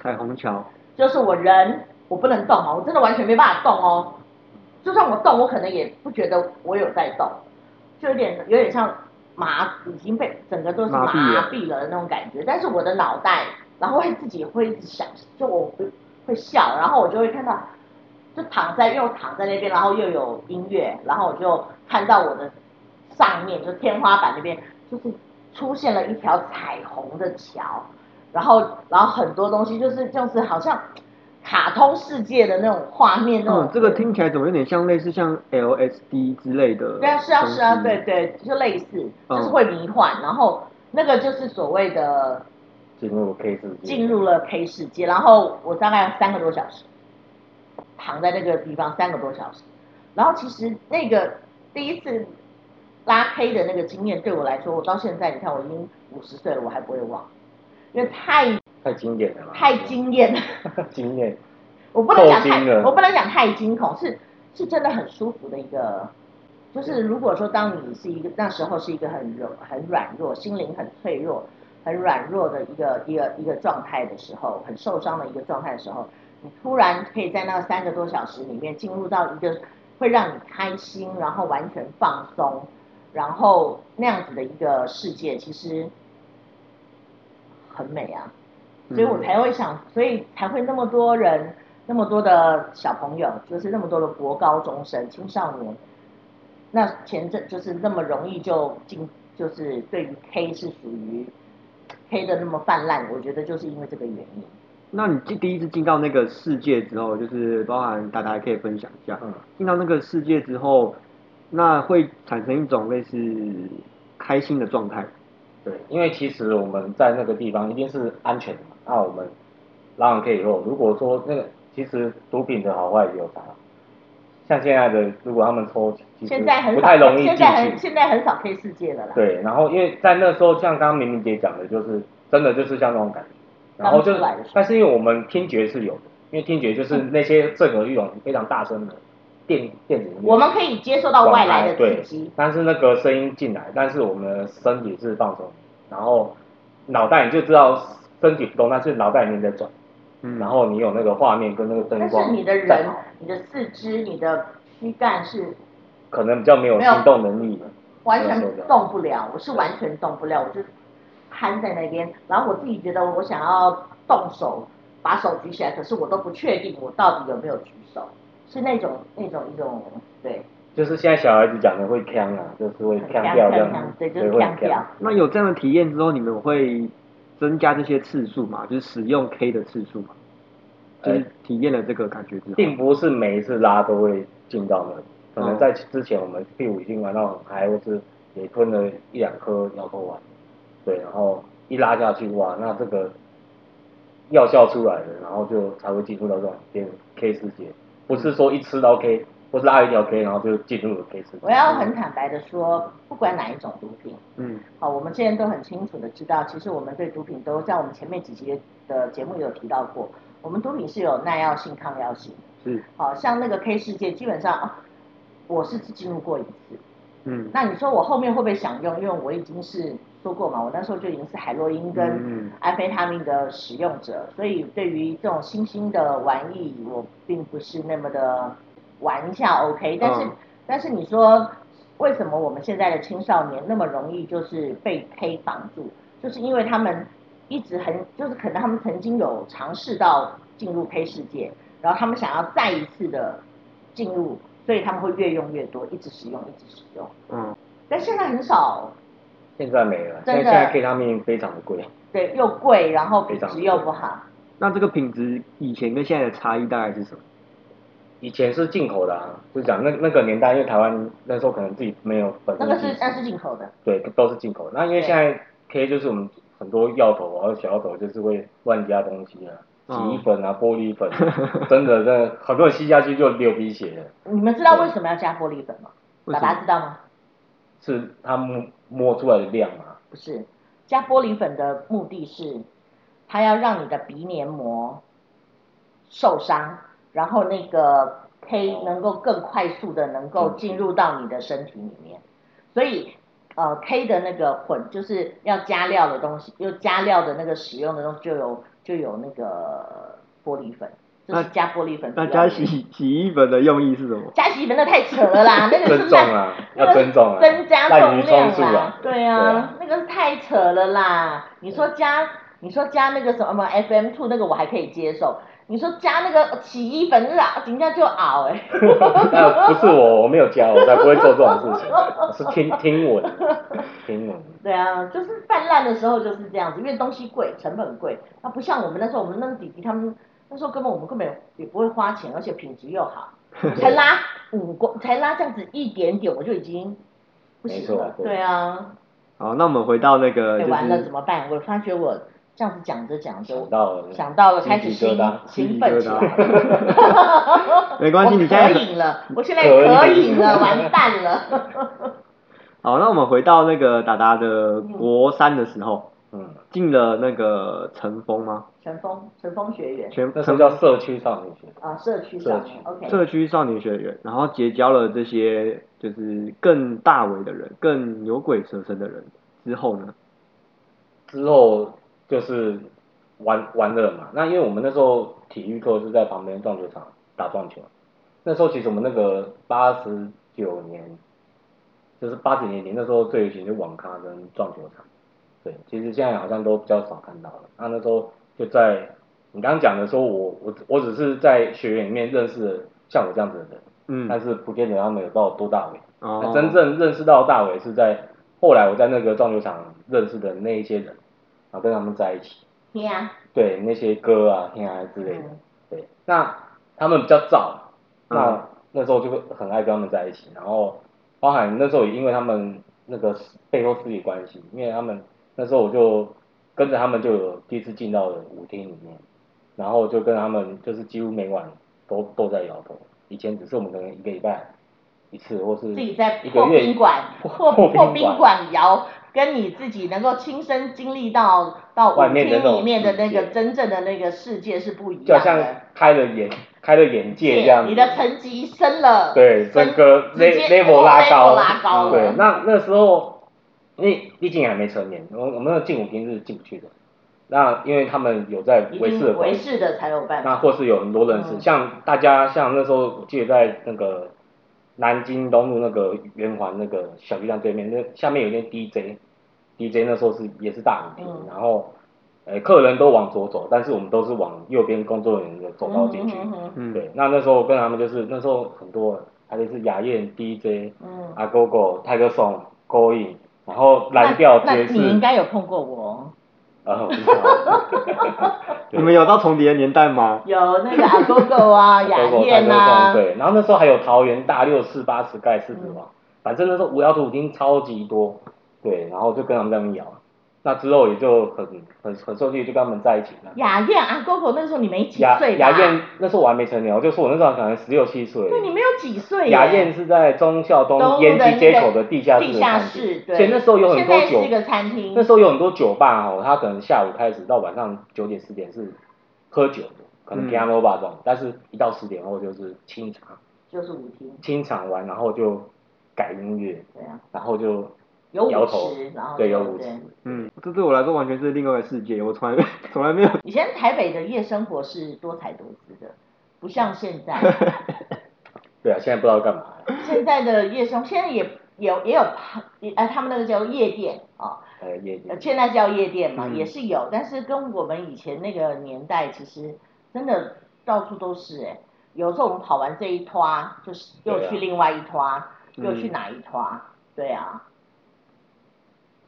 C: 彩虹桥，
B: 就是我人我不能动哦，我真的完全没办法动哦。就算我动，我可能也不觉得我有在动，就有点有点像麻，已经被整个都是麻
C: 麻痹了
B: 痹了的那种感觉。但是我的脑袋，然后会自己会一直想，就我会会笑，然后我就会看到，就躺在又躺在那边，然后又有音乐，然后我就看到我的上面，就天花板那边，就是出现了一条彩虹的桥，然后然后很多东西就是就是好像卡通世界的那种画面那种、
C: 嗯，这个听起来怎么有点像类似像 L S D 之类的？
B: 对啊，是啊，是啊，对。对，就类似，
C: 嗯
B: 就是会迷幻，然后那个就是所谓的
A: 进入 K 世界，
B: 进入了 K 世界，然后我大概三个多小时躺在那个地方三个多小时，然后其实那个第一次拉 K 的那个经验对我来说，我到现在你看我已经五十岁了，我还不会忘，因为太
A: 太经典了嘛，
B: 太惊艳了。
A: <laughs> 经验，
B: 我不能讲
A: 够惊
B: 太，
A: 人
B: 我不能讲太惊恐，是是真的很舒服的一个，就是如果说当你是一个那时候是一个很柔很软弱，心灵很脆弱，很软弱的一个一个一个状态的时候，很受伤的一个状态的时候，你突然可以在那三个多小时里面进入到一个会让你开心，然后完全放松，然后那样子的一个世界，其实很美啊。
A: 嗯
B: 所以我才会想，所以才会那么多人，那么多的小朋友，就是那么多的国高中生、青少年，那前阵就是那么容易就进，就是对于 K 是属于 K 的那么泛滥，我觉得就是因为这个原因。
C: 那你进第一次进到那个世界之后，就是包含大家还可以分享一下，
A: 嗯，
C: 进到那个世界之后，那会产生一种类似开心的状态。
A: 对，因为其实我们在那个地方一定是安全的嘛，那我们拉完 K 以后，如果说那个其实毒品的好坏也有差，像现在的如果他们抽，其实
B: 现在很
A: 不
B: 少，
A: 太容易进
B: 现在很
A: 去，
B: 现在很少 K 世界了啦。
A: 对，然后因为在那时候像刚刚明明姐讲的，就是真的就是像那种感觉，然后就是
B: 刚出来的时候，嗯
A: 但是因为我们听觉是有的，因为听觉就是那些震耳欲聋非常大声的电电子音乐，
B: 我们可以接受到外来的
A: 对
B: 刺激，
A: 但是那个声音进来，但是我们的身体是放松，然后脑袋你就知道身体不动，但是脑袋里面在转，
C: 嗯，
A: 然后你有那个画面跟那个灯
B: 但
A: 光在
B: 是
A: 跑，
B: 你的人、你的四肢、你的躯干是
A: 可能比较没有行动能力了，
B: 完全动不了，我是完全动不了，我就瘫在那边。然后我自己觉得我想要动手把手举起来，可是我都不确定我到底有没有举手，是那种那种一种对，
A: 就是现在小孩子讲的会呛啊，就是会
B: 很
A: 呛掉这样
B: 呛
A: 子，
B: 对，就是
A: 会
B: 呛
A: 很
B: 掉
A: 呛。。
C: 那有这样的体验之后，你们会增加这些次数嘛？就是使用 K 的次数嘛？就是
A: 呃
C: 体验了这个感觉之后，
A: 并不是每一次拉都会进到那里，可
C: 哦
A: 能在之前我们屁股已经玩到很嗨，或是也吞了一两颗摇头丸，对，然后一拉下去哇，那这个药效出来了，然后就才会进入到这种变 K 世界，不是说一吃到 K，或是拉一条 K，然后就进入了 K 世界。
B: 我要很坦白的说，不管哪一种毒品，
C: 嗯，
B: 好，我们现在都很清楚的知道，其实我们对毒品都在我们前面几集的节目有提到过，我们毒品是有耐药性、抗药性。
C: 是，
B: 好像那个 K 世界，基本上、啊我是只进入过一次。
C: 嗯，
B: 那你说我后面会不会想用？因为我已经是说过嘛，我那时候就已经是海洛因
C: 嗯
B: 跟安非他命的使用者，所以对于这种新兴的玩意，我并不是那么的玩一下 OK。但是、
C: 嗯
B: 但是你说为什么我们现在的青少年那么容易就是被 K 绑住？就是因为他们一直很就是可能他们曾经有尝试到进入 K 世界，然后他们想要再一次的进入，所以他们会越用越多，一直使用，一直使用。
C: 嗯，
B: 但现在很少，
A: 现在没了，现
B: 真的
A: 在现在 K 他命非常的贵，
B: 对，又贵，然后
A: 非
B: 品
A: 常
B: 质又不好。
C: 那这个品质以前跟现在的差异大概是什么？
A: 以前是进口的啊，就讲那那个年代，因为台湾那时候可能自己没有本
B: 那
A: 身
B: 个
A: 技
B: 是
A: 术
B: 那是进口的，
A: 对，都是进口。那因为
B: 对
A: 现在 K 就是我们很多药头啊、小药头就是会乱加东西啊，洗衣粉啊、玻璃粉啊，真的真的很多人吸下去就流鼻血了，
B: 你们知道为什么要加玻璃粉吗？
C: 为
B: 爸
C: 什么
B: 爸知道吗？
A: 是他摸摸出来的量啊嘛。
B: 不是，加玻璃粉的目的是，它要让你的鼻黏膜受伤，然后那个
C: 哦
B: K 能够更快速的能够进入到你的身体里面，所以。呃，K 的那个混就是要加料的东西，又加料的那个使用的东西就有就有那个玻璃粉，这是
C: 那
B: 加玻璃粉主
C: 那
B: 要的原因。
C: 加洗洗衣粉的用意是什么？
B: 加洗衣粉那太扯了啦，那个是
A: 增重
B: 慢
A: 啊
B: 那
A: 要
B: 个是
A: 增重啊
B: 增加
A: 滥
B: 重
A: 竽
B: 量
A: 充数啊
B: 对
A: 对
B: 啊
A: 啊， <laughs>
B: 那个是太扯了啦。你说加，你说加那个什么 FM two 那个我还可以接受，你说加那个洗衣粉，那个人家就熬哎、 <laughs>
A: 那不是我，我没有加，我才不会做这种事情，我是听听闻的，听闻的。
B: 对啊，就是泛滥的时候就是这样子，因为东西贵，成本贵，它不像我们那时候，我们那个弟弟他们那时候根本我们根本也不会花钱，而且品质
A: <laughs>
B: 又好，才拉五公，才拉这样子一点点，我就已经不行了
A: 没，错呃
B: 对啊，
C: 好，那我们回到那个
B: 哎
C: 就
B: 完了
C: 是
B: 怎么办？我发觉我这样子讲着讲着，
A: 想到了
B: 想到了，开始
A: 鸡皮疙瘩
B: 兴兴
C: 嗯
B: 奋起来了。
C: <laughs> 没关系，
B: 我
C: 你现在
B: 可以了，我现在
A: 可以
B: 可以了，完蛋了。 <laughs>
C: 好，那我们回到那个达达的国三的时候，
A: 嗯，
C: 进了那个成风吗？
B: 陈峰，陈峰学员
C: 全
A: 那时候叫社区少年学，
B: 啊，社区上
A: 社区
B: 面，OK，
C: 社区少年学院，然后结交了这些就是更大为的人，更牛鬼蛇神的人之后呢，
A: 之后就是玩玩乐嘛。那因为我们那时候体育课是在旁边撞球场打撞球，那时候其实我们那个八十九年，就是八九年前那时候最流行就网咖跟撞球场。对，其实现在好像都比较少看到了。啊那那时候就在你刚刚讲的说我我我只是在学院里面认识了像我这样子的人，但
C: 嗯，
A: 是不见得他们有到多大尾。那
C: 哦，
A: 真正认识到大伟是在后来我在那个撞球场认识的那一些人，然后跟他们在一起，
B: 对啊，
A: 对那些歌啊、天啊之类的
B: 嗯，
A: 对，那他们比较早，
C: 嗯
A: 那那时候就会很爱跟他们在一起，然后包含那时候也因为他们那个背后私底关系，因为他们那时候我就跟着他们就有第一次进到了舞厅里面，然后就跟他们就是几乎每晚都都在摇头，以前只是我们可能一个礼拜一次或是
B: 自己在
A: 一个
B: 破
A: 月
B: 宾馆、破
A: 破
B: 破
A: 宾馆
B: 宾馆摇，跟你自己能够亲身经历到到舞
A: 外
B: 厅
A: 面的那种
B: 里面的
A: 世
B: 那个
A: 界
B: 真正的那个世界是不一
A: 就好
B: 样
A: 像
B: 的。
A: 开了眼开了眼界这样子。
B: 你的层级升了，
A: 对
B: 升
A: 整个
B: 直
A: le-
B: 接
A: level 拉高，
B: 拉高了，
A: 对，那那时候因为毕竟还没成年，我我们的进舞厅是进不去的。那因为他们有在
B: 一
A: 维
B: 定
A: 持的关
B: 维
A: 系，
B: 氏的才有办法。
A: 那或是有很多认识，
B: 嗯
A: 像大家像那时候我记得在那个南京东路那个圆环那个小巨蛋对面，那下面有一间 DJ，DJ 那时候是也是大舞厅，
B: 嗯
A: 然后呃，客人都往左走，但是我们都是往右边工作人员的走道进去。
B: 嗯哼
C: 嗯，
A: 对，那那时候我跟他们就是那时候很多，还有是雅燕啊 DJ、
B: 嗯哼，
A: 阿狗狗、泰戈颂、勾引，然后蓝调呃
B: 那
A: 爵
B: 那你
A: 士
B: 应，该有碰过我，哦
A: 然后对 <laughs>
C: 你们有到重叠的年代吗？
B: 有那个阿狗
A: <laughs>
B: 狗啊、雅
A: 狗狗泰
B: 燕
A: 戈
B: 啊
A: 颂，，对，然后那时候还有桃园大六四八十盖四子王，反正那时候无聊土已经超级多，对，然后就跟他们在那边摇，那之后也就很很很顺利就跟他们在一起了。
B: 雅燕、阿狗狗，那时候你们一起
A: 雅
B: 岁吧？
A: 雅燕那时候我还没成年，我就说我那时候可能十六七岁。
B: 对，你们有几岁耶？
A: 雅燕是在忠孝
B: 东
A: 东
B: 路
A: 延
B: 的那
A: 吉
B: 个
A: 街口的地下室
B: 地
A: 的
B: 下
A: 餐
B: 室，
A: 厅，
B: 对，
A: 所以那时候有很
B: 现
A: 多
B: 在
A: 酒
B: 是一，个餐厅，
A: 那时候有很多酒吧哦，他可能下午开始到晚上九点十点是喝酒的，可能
C: 嗯
A: p i a n o 吧这种，但是一到十点后就是清场，
B: 就是舞厅，
A: 清场完然后就改音乐，
B: 对啊，
A: 然后就
B: 有舞
A: 摇头
B: 池，然后
A: 对
B: 就
A: 有舞池，
C: 嗯，这对我来说完全是另外一个世界，我从来 <laughs> 从来没有。
B: 以前台北的夜生活是多彩多姿的，不像现在，
A: <laughs> 对啊，现在不知道干嘛。
B: 现在的夜生现在也有也有趴也呃，他们那个叫夜店啊、
A: 呃，也
B: 呃现在叫夜店嘛，
C: 嗯
B: 也是有，但是跟我们以前那个年代其实真的到处都是哎、有时候我们跑完这一拖，就是又
A: 对啊
B: 去另外一拖，又去
C: 嗯
B: 哪一拖，对
A: <laughs>
B: 啊。 <laughs>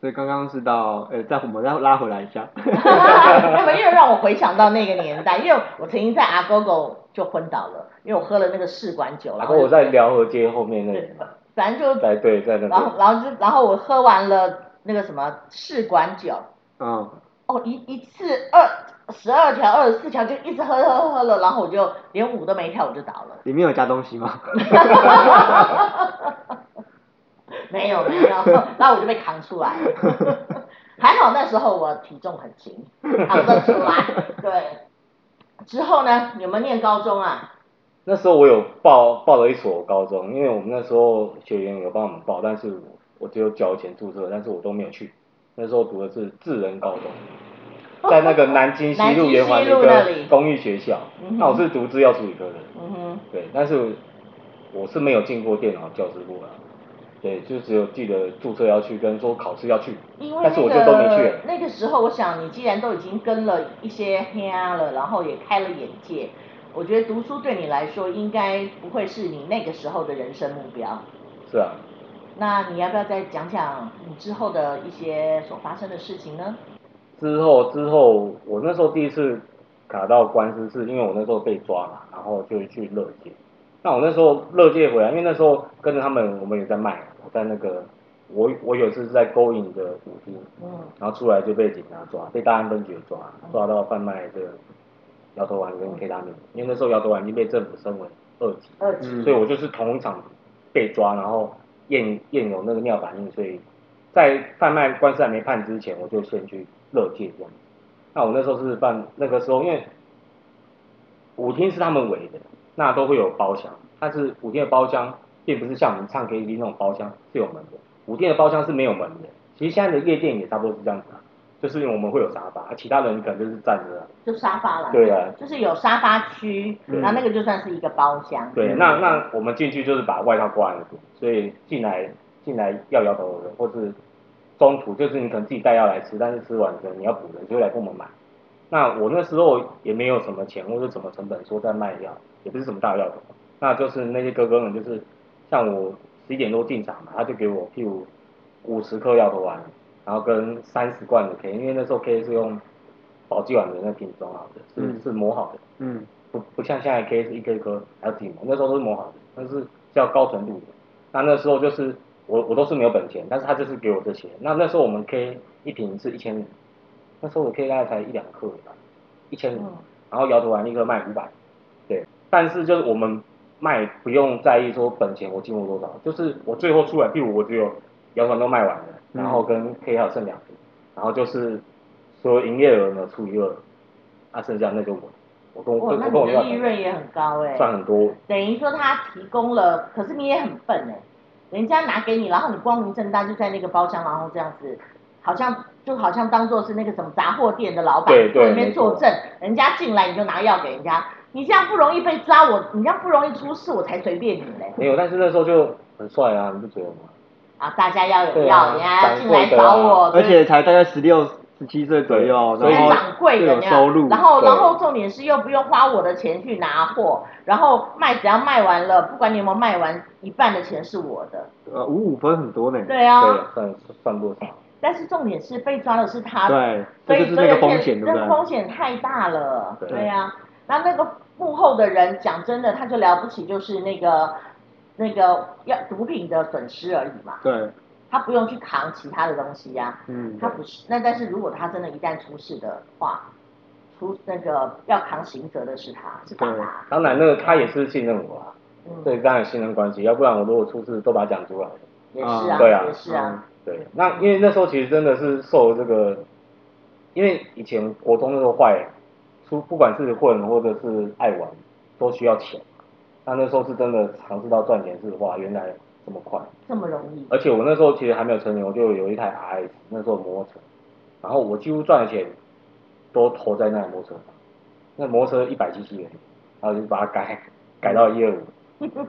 C: 所以刚刚是到，呃，再我们再拉回来一下。
B: 那么又让我回想到那个年代，因为我曾经在阿狗狗就昏倒了，因为我喝了那个试管酒，
A: 然
B: 然
A: 后
B: 后
A: 我
B: 就
A: 在辽河街后面那里
B: 对 <laughs>
A: 嘛，，
B: 反正就
A: 在对在那
B: 然后
A: 边，
B: 然后就然后我喝完了那个什么试管酒，
C: 嗯，
B: 哦一一次二十二条二十四条就一直喝喝喝喝了，然后我就连舞都没跳我就倒了，
C: 里面有加东西吗？
B: 没有 <laughs> 没有，然后我就被扛出来了， <laughs> 还好那时候我体重很轻，扛得出来，对。之后呢？有没有念高中啊？
A: 那时候我有报报了一所高中，因为我们那时候学员有帮我们报，但是我我只有交钱注册，但是我都没有去。那时候读的是智仁
B: <laughs>
A: 高中，在那个南京西路圆环的一
B: 南京西路那
A: 个
B: 里
A: 公寓学校
B: 嗯哼。
A: 那我是读资料处理科的，
B: 嗯哼，
A: 对，但是我是没有进过电脑教室过啊。对，就只有记得注册要去，跟说考试要去，
B: 因为
A: 但是我就都没去了。
B: 那个时候，我想你既然都已经跟了一些黑啊了，然后也开了眼界，我觉得读书对你来说应该不会是你那个时候的人生目标。
A: 是啊，
B: 那你要不要再讲讲你之后的一些所发生的事情呢？
A: 之后之后，我那时候第一次卡到官司，是因为我那时候被抓嘛，然后就去乐界。那我那时候乐界回来，因为那时候跟着他们，我们也在卖，我在那个我我有一次是在勾引的舞厅，
B: 嗯
A: 然后出来就被警察抓，被大安分局抓，抓到贩卖这个摇头丸跟 K 他命，因为那时候摇头丸已经被政府升为二级，
B: 二级
C: 嗯
A: 所以我就是同一场被抓，然后验验有那个尿反应，所以在贩卖官司还没判之前，我就先去乐界这样。那我那时候是办那个时候，因为舞厅是他们围的，那都会有包厢，但是舞厅的包厢并不是像我们唱 KTV 那种包厢是有门的，舞厅的包厢是没有门的。其实现在的夜店也差不多是这样子、啊，就是因为我们会有沙发，其他人可能就是站着啊、
B: 就沙发了。
A: 对啊，
B: 就是有沙发区，
C: 嗯
B: 然后那个就算是一个包厢。
A: 对，
C: 嗯
A: 那那我们进去就是把外套挂上去，所以进来进来要摇头的人，或是中途就是你可能自己带药来吃，但是吃完可能你要补的就会来跟我们买。那我那时候也没有什么钱或者什么成本说在卖药，也不是什么大药头，那就是那些哥哥们就是像我十一点多进场嘛，他就给我譬如五十颗药头丸，然后跟三十罐的 K，因为那时候 K 是用保济丸的那瓶装好的，是
C: 嗯
A: 是磨好的。
C: 嗯，
A: 不不像现在 K 是一颗一颗还要自己磨，那时候都是磨好的，那是叫高纯度的。那那时候就是我我都是没有本钱，但是他就是给我这些。那那时候我们 K 一瓶是一千五，那时候我 K 大概才一两克吧，一千五
B: 嗯，
A: 然后摇头丸一颗卖五百，对。但是就是我们卖不用在意说本钱我进入多少，就是我最后出来，譬如我只有摇头丸都卖完了，
C: 嗯
A: 然后跟 K 还有剩两瓶，然后就是说营业额呢除以二，那、啊剩下那就我。我跟我
B: 哇，
A: 跟
B: 那
A: 我跟我
B: 你
A: 要
B: 的利润也很高哎、
A: 算很多，
B: 等于说他提供了，可是你也很笨哎、人家拿给你，然后你光明正大就在那个包厢，然后这样子，好像就好像当做是那个什么杂货店的老板
A: 对对
B: 坐那边
A: 没错
B: 作证，人家进来你就拿药给人家，你这样不容易被抓，我你这样不容易出事，我才随便你嘞
A: 没有，但是那时候就很帅啊，你不觉得吗？
B: 啊！大家要有
A: 对
B: 药，
A: 啊
B: 人家要进来
A: 掌柜的啊
B: 找我，
C: 而且才大概十六十七岁左右，
A: 对
B: 是
C: 然后
B: 掌柜
C: 又
B: 人
C: 有
B: 呀
C: 收入，
B: 然后
A: 对
B: 然后重点是又不用花我的钱去拿货，然后卖只要卖完了，不管你有没有卖完，一半的钱是我的。
C: 呃五五分很多呢。
B: 对啊，
A: 对，算算落差。
B: 但是重点是被抓的是他，
C: 对，
B: 啊所
C: 这
B: 以
C: 就是
B: 所以
C: 那个
B: 而
C: 风
B: 且
C: 险，对
B: 那
C: 不
B: 个
C: 对？
B: 风险太大了，
A: 对
B: 对呀、那那个幕后的人，讲真的，他就了不起，就是那个那个要毒品的损失而已嘛，
C: 对，
B: 他不用去扛其他的东西呀、
C: 嗯，
B: 他不是，那但是如果他真的一旦出事的话，出那个要扛刑责的是他，是爸爸。
A: 当然，那个他也是信任我啊，
B: 嗯，
A: 对，当然信任关系，要不然我如果出事都把他讲出来了。
B: 也是啊，
A: 对啊
B: 也是啊，
A: 对，那因为那时候其实真的是受这个，因为以前国中那时候坏，出不管是混或者是爱玩，都需要钱。那那时候是真的尝试到赚钱是哇，原来这么快。
B: 这么容易。
A: 而且我那时候其实还没有成年，我就有一台 RS，那时候摩托车，然后我几乎赚的钱都投在那台摩托车上。那摩托车一百七十元，然后就把它改改到一二五，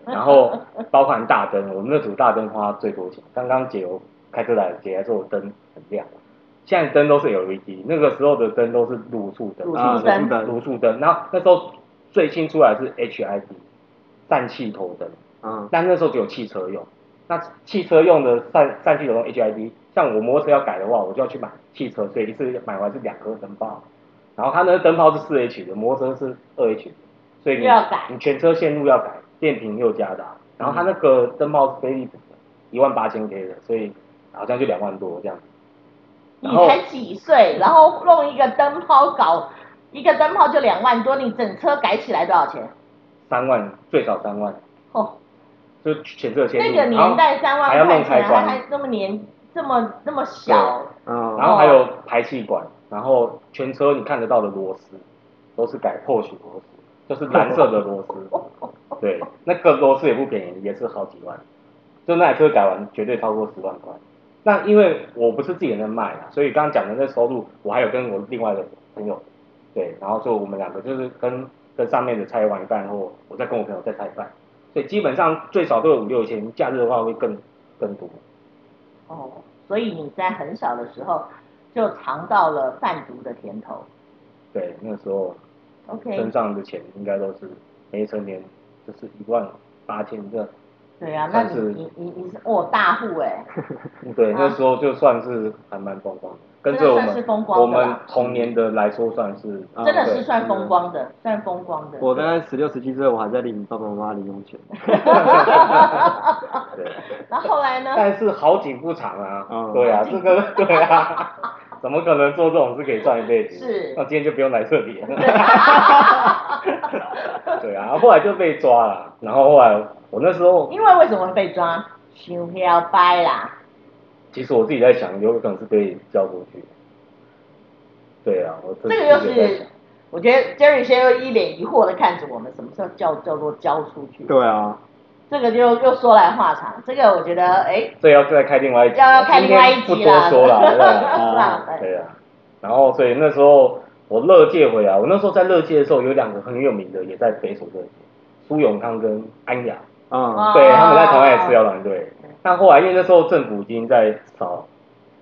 A: 然后包含大灯，我们那组大灯花最多钱。刚刚姐有开车来，姐还说我灯很亮，现在灯都是 LED，那个时候的灯都是卤素灯，
B: 卤
C: 啊，
B: 素灯
C: 卤素灯
A: 卤素灯。然后那时候最新出来是 HID，氮气头灯。
C: 嗯，
A: 但那时候只有汽车用。那汽车用的散散气流动 HID，像我摩托车要改的话，我就要去买汽车，所以一次买完是两颗灯泡。然后它那个灯泡是四 H 的，摩托车是二 H 的，所以你
B: 又要改
A: 你全车线路要改，电瓶又加大。然后它那个灯泡是飞利浦的，一万八千 K 的，所以好像就两万多这样。然
B: 你
A: 后
B: 才几岁，然后弄一个灯泡搞一个灯泡就两万多，你整车改起来多少钱？
A: 三万最少三万，
B: 哦，
A: 就全车线路。
B: 那个年代三万
A: 还要弄开
B: 块钱，
A: 关
B: 还还那么年这么那么小，
C: 嗯，
A: 然后还有排气管，然后全车你看得到的螺丝都是改 Porsche 螺丝，就是蓝色的螺丝。对，那个螺丝也不便宜，也是好几万。就那台车改完绝对超过十万块。那因为我不是自己人在卖啊，所以刚刚讲的那收入，我还有跟我另外的朋友，对，然后就我们两个就是跟跟上面的拆完一半后，我再跟我朋友再拆一半，所以基本上最少都有五六千，假日的话会更更多。
B: 哦，所以你在很小的时候就尝到了贩毒的甜头。
A: 对，那时候
B: OK，
A: 身上的钱应该都是没成年，就是一万八千这，
B: 对啊，那
A: 算是
B: 你你你你是哦大户哎、
A: 对，
B: 啊
A: 那时候就算是还蛮风光的，跟
B: 真
A: 着
B: 的
A: 我
B: 算是风
A: 们
B: 光
A: 我
B: 的啦嗯
A: 们同年的来说算是，
C: 啊
B: 真的
A: 对
B: 是算风光的，算风光的。
C: 我大概十六十七岁，我还在领爸爸妈妈零用钱。
A: 啊对，
B: 那后来呢？
A: 但是好景不长啊，
C: 嗯
A: 对啊，这个对啊， <laughs> 怎么可能做这种事可以赚一辈子？
B: 是
A: 那今天就不用来这里了。 <laughs> 对啊，后来就被抓了，然后后来我那时候
B: 因为为什么被抓？想要掰啦，
A: 其实我自己在想，有可能是被交出去。对啊，我
B: 这个又
A: 自己也在
B: 是
A: 想。
B: 我觉得 Jerry 先又一脸疑惑的看着我们，什么时候叫叫做交出去？
C: 对啊，
B: 这个就又说来话长。这个我觉得，哎，
A: 所以要再开另外一集，
B: 要要开另外一
A: 今
B: 集
A: 天不多
B: 啦。
A: 说了，
B: <laughs>
A: 对吧？
B: 啦
A: 对啊。然后，所以那时候我乐界回来，我那时候在乐界的时候，有两个很有名的也在北所乐界，苏永康跟安雅，
C: 嗯
B: 啊
A: 对，他们在台湾也是摇篮队。但后来因为那时候政府已经在扫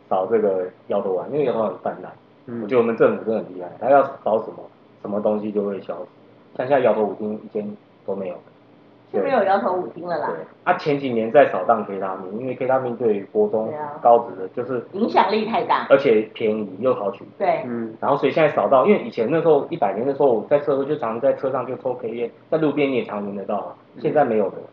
A: 扫这个摇头丸，因为摇头丸很泛滥，
C: 嗯，
A: 我觉得我们政府真的很厉害，他要扫什么什么东西就会消失，像现在摇头舞厅一间都没有。
B: 就没有摇头舞厅了啦
A: 对，，他、前几年在扫荡 K 他命，因为 K 他命对于国中
B: 对啊
A: 高职的，就是
B: 影响力太大。
A: 而且便宜又好取，
B: 对，
C: 嗯
A: 然后所以现在扫到，因为以前那时候一百年的时候，我在社会就常在车上就抽 K 烟，在路边你也常闻得到啊，现在没有了，
B: 嗯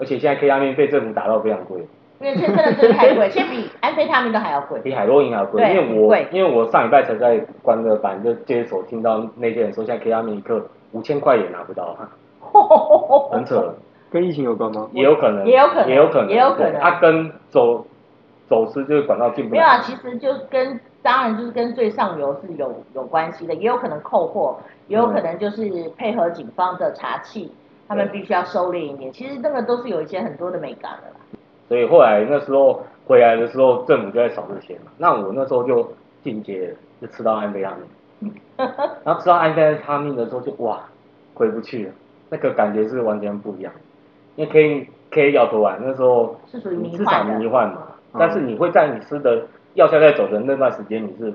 A: 而且现在 K 他命被政府打到非常贵，
B: 因为这真的真的太贵，现在比安非他命都还要
A: <laughs>
B: 贵。 <laughs>
A: 比海洛因还贵，
B: 对
A: 因为我
B: 很贵
A: 因为我上礼拜才在关乐班就接手听到那些人说，现在 K 他命一克五千块也拿不到，啊很扯，
C: 跟疫情有关吗？
A: 也有可能，
B: 哦也有可能
A: 也有可能，
B: 也有可能
A: 对它跟走走私就是管道进不
B: 没
A: 来
B: 有啊，其实就跟当然就是跟最上游是有有关系的，也有可能扣货，也有可能就是配合警方的查气，他们必须要收敛一
A: 嗯
B: 点。其实那个都是有一些很多的美感的啦。
A: 所以后来那时候回来的时候，政府就在扫这些嘛。那我那时候就进阶，就吃到安非他命，
B: <laughs>
A: 然后吃到安非他命的时候就哇，回不去了，那个感觉是完全不一样。因为 K K 摇头丸那时候
B: 是属于迷
A: 嗯至少
B: 幻的
A: 迷幻嘛，
C: 嗯
A: 但是你会在你吃的药效在走的那段时间，你是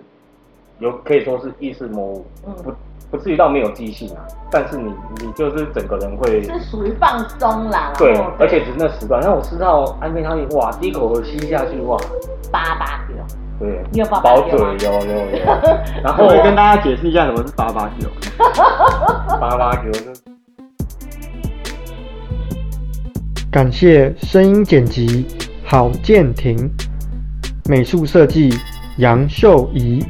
A: 有可以说是意识模糊，
B: 嗯
A: 不不至于到没有记性啊，但是你你就是整个人会
B: 是属于放松啦，
A: 对
B: 然后，
A: 而且只是那时段，让我吃到安非他命，哇，第一口吸下去，哇，
B: 八八丢，
A: 对，
B: 你有八八
A: 饱
B: 丢
A: 嘴
B: 吗？
A: 有有
B: <laughs>
A: 有，然后
C: 我会跟大家解释一下什么是八八九。
A: 八八九就
E: 感谢声音剪辑郝建廷，美术设计杨秀仪。